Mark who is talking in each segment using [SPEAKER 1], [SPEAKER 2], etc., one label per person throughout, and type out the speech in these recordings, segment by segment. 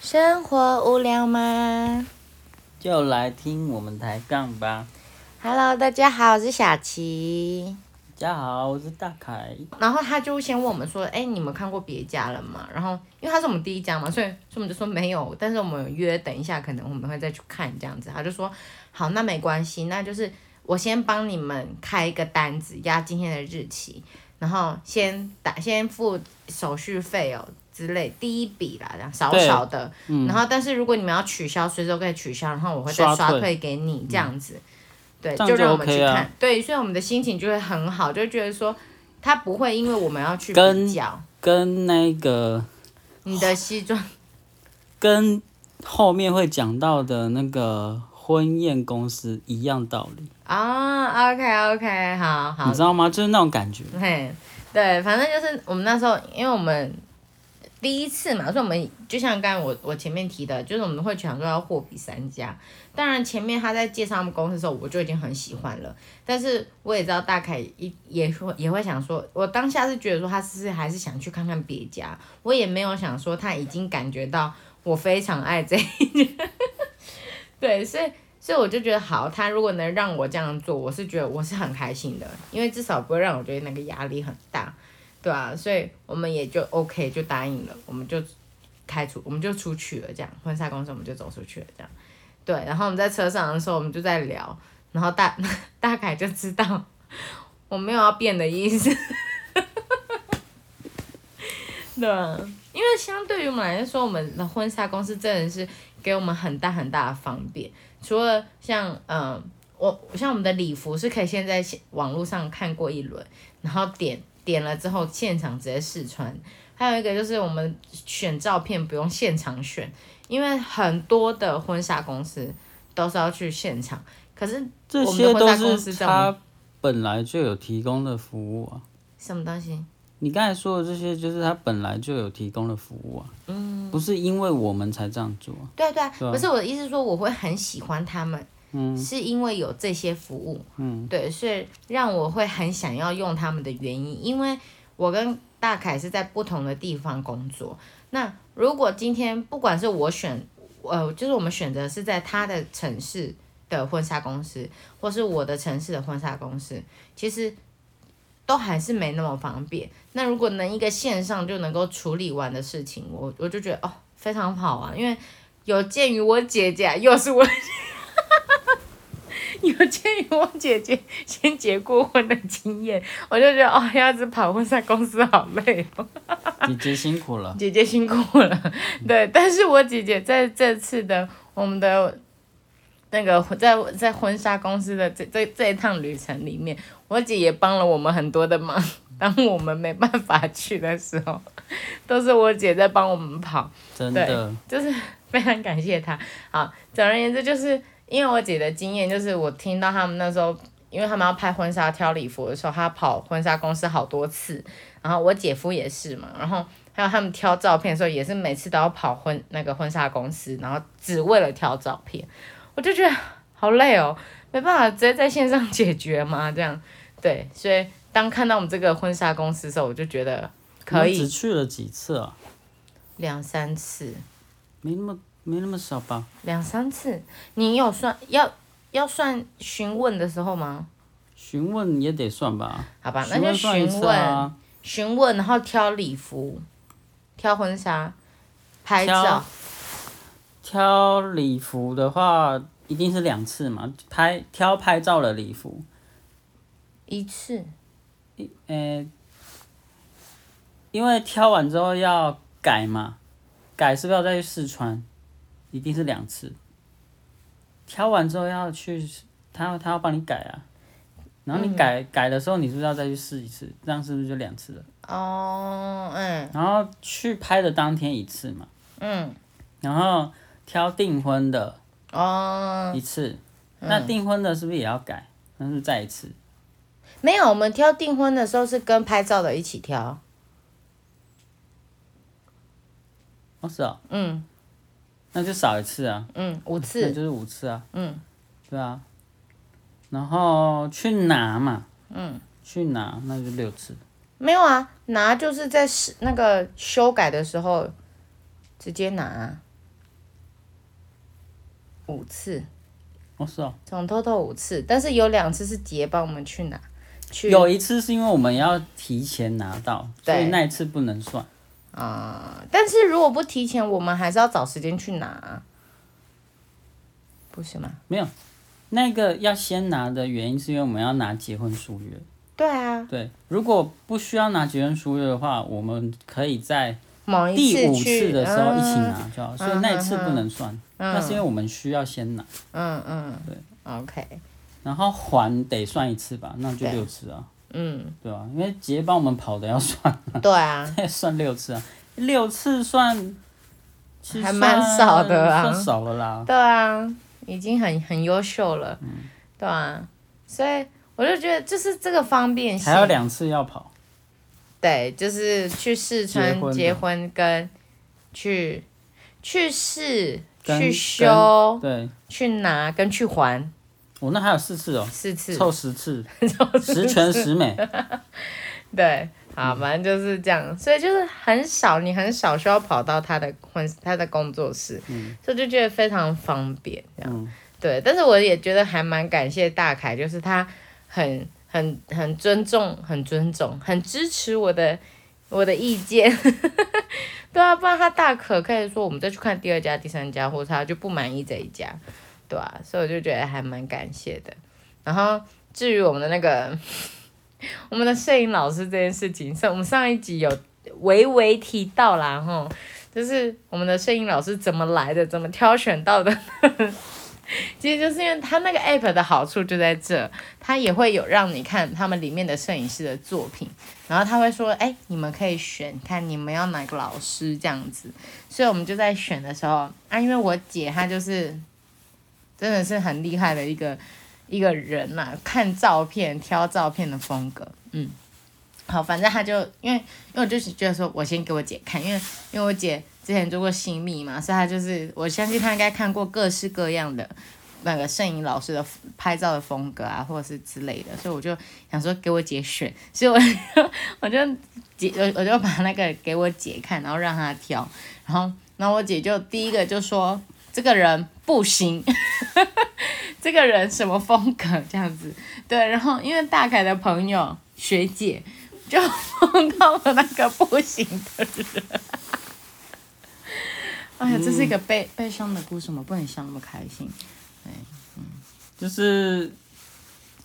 [SPEAKER 1] 生活无聊吗
[SPEAKER 2] 就来听我们抬杠吧。
[SPEAKER 1] ？Hello，大家好，我是小琪。
[SPEAKER 2] 大家好，我是大凯。
[SPEAKER 1] 然后他就先问我们说：“哎、你们看过别家了吗？”然后因为他是我们第一家嘛，所以所以我们就说没有，但是我们有约等一下可能我们会再去看这样子。他就说：“好，那没关系，那就是我先帮你们开一个单子，压今天的日期，然后先打先付手续费哦之类，第一笔啦，这样少少的。
[SPEAKER 2] 嗯
[SPEAKER 1] 然后但是如果你们要取消，随时都可以取消，然后我会再
[SPEAKER 2] 刷
[SPEAKER 1] 刷
[SPEAKER 2] 退
[SPEAKER 1] 退给你这样子。对，
[SPEAKER 2] 这样
[SPEAKER 1] 就
[SPEAKER 2] 就
[SPEAKER 1] 让我们
[SPEAKER 2] OK
[SPEAKER 1] 去
[SPEAKER 2] 啊
[SPEAKER 1] 看。对，所以我们的心情就会很好，就觉得说他不会因为我们要去
[SPEAKER 2] 跟
[SPEAKER 1] 比较
[SPEAKER 2] 跟那个
[SPEAKER 1] 你的西装，
[SPEAKER 2] 跟后面会讲到的那个婚宴公司一样道理，
[SPEAKER 1] 啊、o k OK，好好
[SPEAKER 2] 你知，道吗？就是那种感觉。
[SPEAKER 1] 嘿，对，反正就是我们那时候，因为我们第一次嘛，所以我们就像刚才我我前面提的，就是我们会想说要货比三家。当然前面他在介绍他们公司的时候，我就已经很喜欢了，但是我也知道大概一也会也会想说，我当下是觉得说他是不是还是想去看看别家，我也没有想说他已经感觉到我非常爱这一家， 对，所以。所以我就觉得好，他如果能让我这样做，我是觉得我是很开心的，因为至少不会让我觉得那个压力很大，对啊，所以我们也就 OK 就答应了，我们就开除，我们就出去了，这样婚纱公司我们就走出去了，这样。对，然后我们在车上的时候，我们就在聊，然后大 大概就知道我没有要变的意思， 对啊、因为相对于我们来说，我们的婚纱公司真的是给我们很大很大的方便。除了像嗯、呃我像我们的礼服是可以先在现网络上看过一轮，然后点点了之后现场直接试穿。还有一个就是我们选照片不用现场选，因为很多的婚纱公司都是要去现场，可是
[SPEAKER 2] 这
[SPEAKER 1] 我们
[SPEAKER 2] 些
[SPEAKER 1] 的婚
[SPEAKER 2] 都
[SPEAKER 1] 纱公司
[SPEAKER 2] 是
[SPEAKER 1] 这种
[SPEAKER 2] 他本来就有提供的服务啊。
[SPEAKER 1] 什么东西？
[SPEAKER 2] 你刚才说的这些，就是他本来就有提供的服务啊，嗯，不是因为我们才这样做啊。
[SPEAKER 1] 对啊对啊，不是我的意思是说我会很喜欢他们，是因为有这些服务，嗯，对，是让我会很想要用他们的原因，因为我跟大凯是在不同的地方工作，那如果今天不管是我选，呃，就是我们选择是在他的城市的婚纱公司，或是我的城市的婚纱公司，其实。都还是没那么方便。那如果能一个线上就能够处理完的事情，我我就觉得哦非常好啊，因为有鉴于我姐姐，又是我， 有鉴于我姐姐先结过婚的经验，我就觉得哦，要是跑婚纱公司好累哦。
[SPEAKER 2] 姐姐辛苦了，
[SPEAKER 1] 姐姐辛苦了， 对，但是我姐姐在这次的我们的那个在在婚纱公司的这这这一趟旅程里面，我姐也帮了我们很多的忙。当我们没办法去的时候，都是我姐在帮我们跑。
[SPEAKER 2] 真
[SPEAKER 1] 对
[SPEAKER 2] 的。
[SPEAKER 1] 就是非常感谢他。好，总而言之，就是因为我姐的经验，就是我听到他们那时候，因为他们要拍婚纱、挑礼服的时候，她跑婚纱公司好多次，然后我姐夫也是嘛，然后还有他们挑照片的时候，也是每次都要跑婚那个婚纱公司，然后只为了挑照片，我就觉得好累哦，没办法直接在线上解决嘛，这样对，所以当看到我们这个婚纱公司的时候，我就觉得可
[SPEAKER 2] 我只
[SPEAKER 1] 以
[SPEAKER 2] 去了几次啊，
[SPEAKER 1] 两三次。
[SPEAKER 2] 没那么没那么少吧？
[SPEAKER 1] 两三次，你有算要要算询问的时候吗？
[SPEAKER 2] 询问也得算吧？
[SPEAKER 1] 好吧，那
[SPEAKER 2] 询
[SPEAKER 1] 就
[SPEAKER 2] 问算一
[SPEAKER 1] 询
[SPEAKER 2] 次
[SPEAKER 1] 问
[SPEAKER 2] 啊，
[SPEAKER 1] 询问，然后挑礼服，挑婚纱，拍照
[SPEAKER 2] 挑，挑礼服的话，一定是两次嘛，拍挑拍照的礼服，
[SPEAKER 1] 一次
[SPEAKER 2] 呃、因为挑完之后要改嘛，改是不是要再去试穿？一定是两次。挑完之后要去，他要他要帮你改啊，然后你改、
[SPEAKER 1] 嗯
[SPEAKER 2] 改的时候，你是不是要再去试一次？这样是不是就两次了？
[SPEAKER 1] 哦，嗯
[SPEAKER 2] 然后去拍的当天一次嘛，
[SPEAKER 1] 嗯
[SPEAKER 2] 然后挑订婚的
[SPEAKER 1] 哦，
[SPEAKER 2] 一次，那订婚的是不是也要改？那是不是再一次，
[SPEAKER 1] 没有，我们挑订婚的时候是跟拍照的一起挑，
[SPEAKER 2] 哦是哦，
[SPEAKER 1] 嗯
[SPEAKER 2] 那就少一次啊，
[SPEAKER 1] 嗯，五
[SPEAKER 2] 那
[SPEAKER 1] 次，
[SPEAKER 2] 就是五次啊，
[SPEAKER 1] 嗯
[SPEAKER 2] 对啊，然后去拿嘛，嗯，去拿那就六次，
[SPEAKER 1] 没有啊，拿就是在试那个修改的时候直接拿啊、五次，
[SPEAKER 2] 哦，是哦，
[SPEAKER 1] 总 total 五次，但是有两次是杰帮我们去拿，去
[SPEAKER 2] 有一次是因为我们要提前拿到，所以
[SPEAKER 1] 对
[SPEAKER 2] 那一次不能算。
[SPEAKER 1] 啊、但是如果不提前，我们还是要找时间去拿啊，不是吗？
[SPEAKER 2] 没有，那个要先拿的原因是因为我们要拿结婚书约。
[SPEAKER 1] 对啊，
[SPEAKER 2] 对，如果不需要拿结婚书约的话，我们可以在
[SPEAKER 1] 某一
[SPEAKER 2] 第
[SPEAKER 1] 次
[SPEAKER 2] 五
[SPEAKER 1] 去
[SPEAKER 2] 次的时候一起
[SPEAKER 1] 嗯
[SPEAKER 2] 拿就好，所以那一次不能算，那是因为我们需要先拿，
[SPEAKER 1] 嗯嗯，OK，
[SPEAKER 2] 然后还得算一次吧，那就
[SPEAKER 1] 对
[SPEAKER 2] 六次啊，
[SPEAKER 1] 嗯，
[SPEAKER 2] 对吧、因为杰帮我们跑的要算，
[SPEAKER 1] 对啊，
[SPEAKER 2] 再算六次啊，六次算。其实
[SPEAKER 1] 还蛮
[SPEAKER 2] 算
[SPEAKER 1] 少的啊
[SPEAKER 2] 算少了啦。
[SPEAKER 1] 对啊，已经很很优秀了，
[SPEAKER 2] 嗯
[SPEAKER 1] 对啊，所以我就觉得就是这个方便性
[SPEAKER 2] 还，有两次要跑，
[SPEAKER 1] 对，就是去四川
[SPEAKER 2] 结婚的
[SPEAKER 1] 结婚跟去去试、
[SPEAKER 2] 跟
[SPEAKER 1] 去修、
[SPEAKER 2] 对，
[SPEAKER 1] 去拿跟去还
[SPEAKER 2] 我、那还有四次哦，
[SPEAKER 1] 四次，
[SPEAKER 2] 凑十 次，十全十美。
[SPEAKER 1] 对，好，反正就是这样，所以就是很少，你很少需要跑到他的婚他的工作室，所以就觉得非常方便这样。
[SPEAKER 2] 嗯
[SPEAKER 1] 对，但是我也觉得还蛮感谢大凯，就是他很很很尊重，很尊重，很支持我的我的意见。 对啊，不然他大可可以说我们再去看第二家、第三家，或者他就不满意这一家，对啊，所以我就觉得还蛮感谢的。然后至于我们的那个我们的摄影老师这件事情，上我们上一集有微微提到啦，吼，就是我们的摄影老师怎么来的，怎么挑选到的。 其实就是因为它那个 app 的好处就在这，它也会有让你看他们里面的摄影师的作品，然后他会说，哎，你们可以选，看你们要哪个老师这样子。所以我们就在选的时候，啊，因为我姐她就是真的是很厉害的一个一个人呐、看照片挑照片的风格，嗯，好，反正她就因为因为我就是觉得说，我先给我姐看，因为因为我姐之前做过新密嘛，所以她就是我相信她应该看过各式各样的。那个摄影老师的拍照的风格啊，或者是之类的，所以我就想说给我姐选，所以我就 我就姐我我就把那个给我姐看，然后让她挑，然后然后我姐就第一个就说这个人不行，这个人什么风格这样子，对，然后因为大凯的朋友学姐就碰到了那个不行的人。哎呀，这是一个悲悲伤的故事嘛，不能想那么开心。
[SPEAKER 2] 就是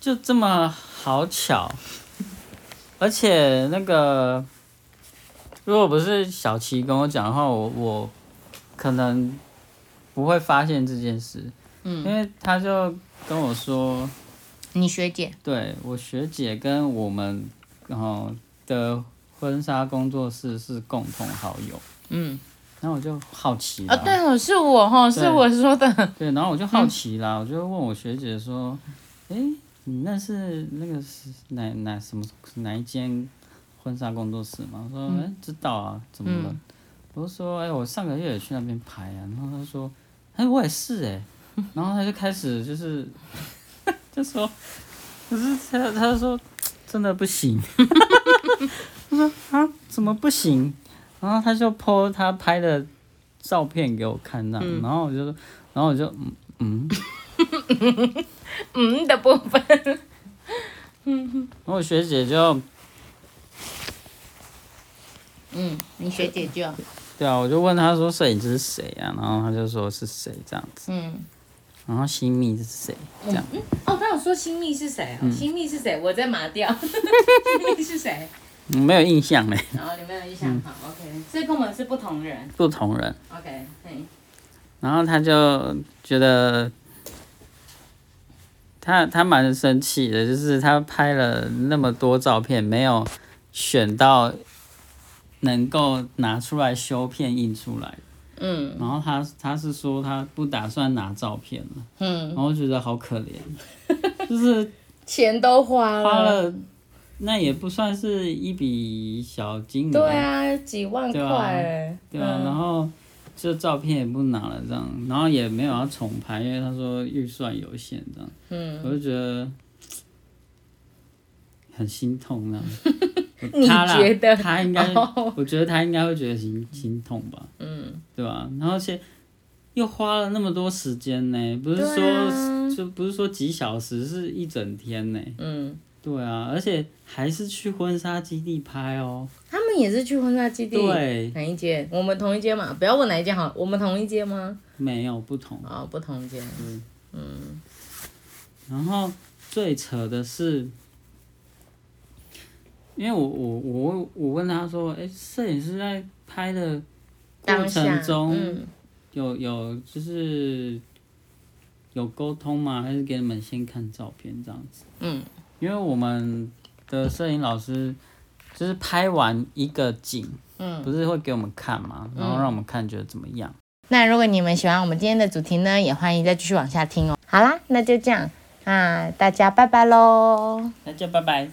[SPEAKER 2] 就这么好巧，而且那个如果不是小琪跟我讲的话，我我可能不会发现这件事，
[SPEAKER 1] 嗯
[SPEAKER 2] 因为他就跟我说，
[SPEAKER 1] 你学姐，
[SPEAKER 2] 对我学姐跟我们然后的婚纱工作室是共同好友，
[SPEAKER 1] 嗯，
[SPEAKER 2] 然后我就好奇
[SPEAKER 1] 啊、
[SPEAKER 2] 了。
[SPEAKER 1] 哦，对哦，是我哦，是
[SPEAKER 2] 对
[SPEAKER 1] 我说的，
[SPEAKER 2] 对，然后我就好奇啦，我就问我学姐说：“诶，你认识那个是哪哪什么哪一间婚纱工作室吗？”我说：“诶，知道啊，怎么了？”我就说：“诶，我上个月也去那边拍啊。”然后她说：“诶，我也是诶。然后她就开始就是 就说，可是她她就说真的不行，她说啊怎么不行？然后她就 po 她拍的照片给我看那、然后我就说，然后我就嗯嗯，
[SPEAKER 1] 嗯的部分，
[SPEAKER 2] 然后我学姐就
[SPEAKER 1] 嗯，你学姐就，
[SPEAKER 2] 对啊，我就问她说摄影师是谁啊，然后她就说是谁这样子，
[SPEAKER 1] 嗯，
[SPEAKER 2] 然后新密是谁这样，
[SPEAKER 1] 哦，他有说新密是谁啊？新密是谁？我在麻 掉，新密是谁？
[SPEAKER 2] 嗯没有印象嘞，
[SPEAKER 1] 然后你们有印象，好，OK，所以跟我们是不同人
[SPEAKER 2] 不同人。
[SPEAKER 1] ，OK，嘿，
[SPEAKER 2] 然后他就觉得他他蛮生气的，就是他拍了那么多照片，没有选到能够拿出来修片印出来。
[SPEAKER 1] 嗯
[SPEAKER 2] 然后他他是说他不打算拿照片了，
[SPEAKER 1] 嗯，
[SPEAKER 2] 然后我觉得好可怜，就是
[SPEAKER 1] 钱都花
[SPEAKER 2] 花了，
[SPEAKER 1] 嗯
[SPEAKER 2] 那也不算是一笔小金额，
[SPEAKER 1] 对啊，几万块、
[SPEAKER 2] 对啊
[SPEAKER 1] 欸，
[SPEAKER 2] 对啊，然后就照片也不拿了这样，然后也没有要重拍，因为他说预算有限这样，
[SPEAKER 1] 嗯，
[SPEAKER 2] 我就觉得很心痛那样。
[SPEAKER 1] 你
[SPEAKER 2] 他啦
[SPEAKER 1] 觉得
[SPEAKER 2] 他应该
[SPEAKER 1] 哦，
[SPEAKER 2] 我觉得他应该会觉得心心痛吧，嗯，对吧、然后且又花了那么多时间呢，不是
[SPEAKER 1] 对
[SPEAKER 2] 说、
[SPEAKER 1] 啊
[SPEAKER 2] 就不是说几小时，是一整天呢。
[SPEAKER 1] 嗯，
[SPEAKER 2] 对啊，而且还是去婚纱基地拍哦。
[SPEAKER 1] 他们也是去婚纱基地，
[SPEAKER 2] 对，
[SPEAKER 1] 哪一间？我们同一间嘛？不要问哪一间好，我们同一间吗？
[SPEAKER 2] 没有不同。
[SPEAKER 1] 啊、不同间。
[SPEAKER 2] 然后最扯的是，因为我我我我问他说，哎、摄影师在拍的过
[SPEAKER 1] 当下
[SPEAKER 2] 程，中
[SPEAKER 1] 嗯，
[SPEAKER 2] 有有就是有沟通吗？还是给你们先看照片这样子？
[SPEAKER 1] 嗯，
[SPEAKER 2] 因为我们的摄影老师就是拍完一个景，
[SPEAKER 1] 嗯，
[SPEAKER 2] 不是会给我们看嘛，然后让我们看觉得怎么样。
[SPEAKER 1] 那如果你们喜欢我们今天的主题呢，也欢迎再啊继续往下听哦。好啦，那就这样，那大家拜拜喽。
[SPEAKER 2] 那就拜拜。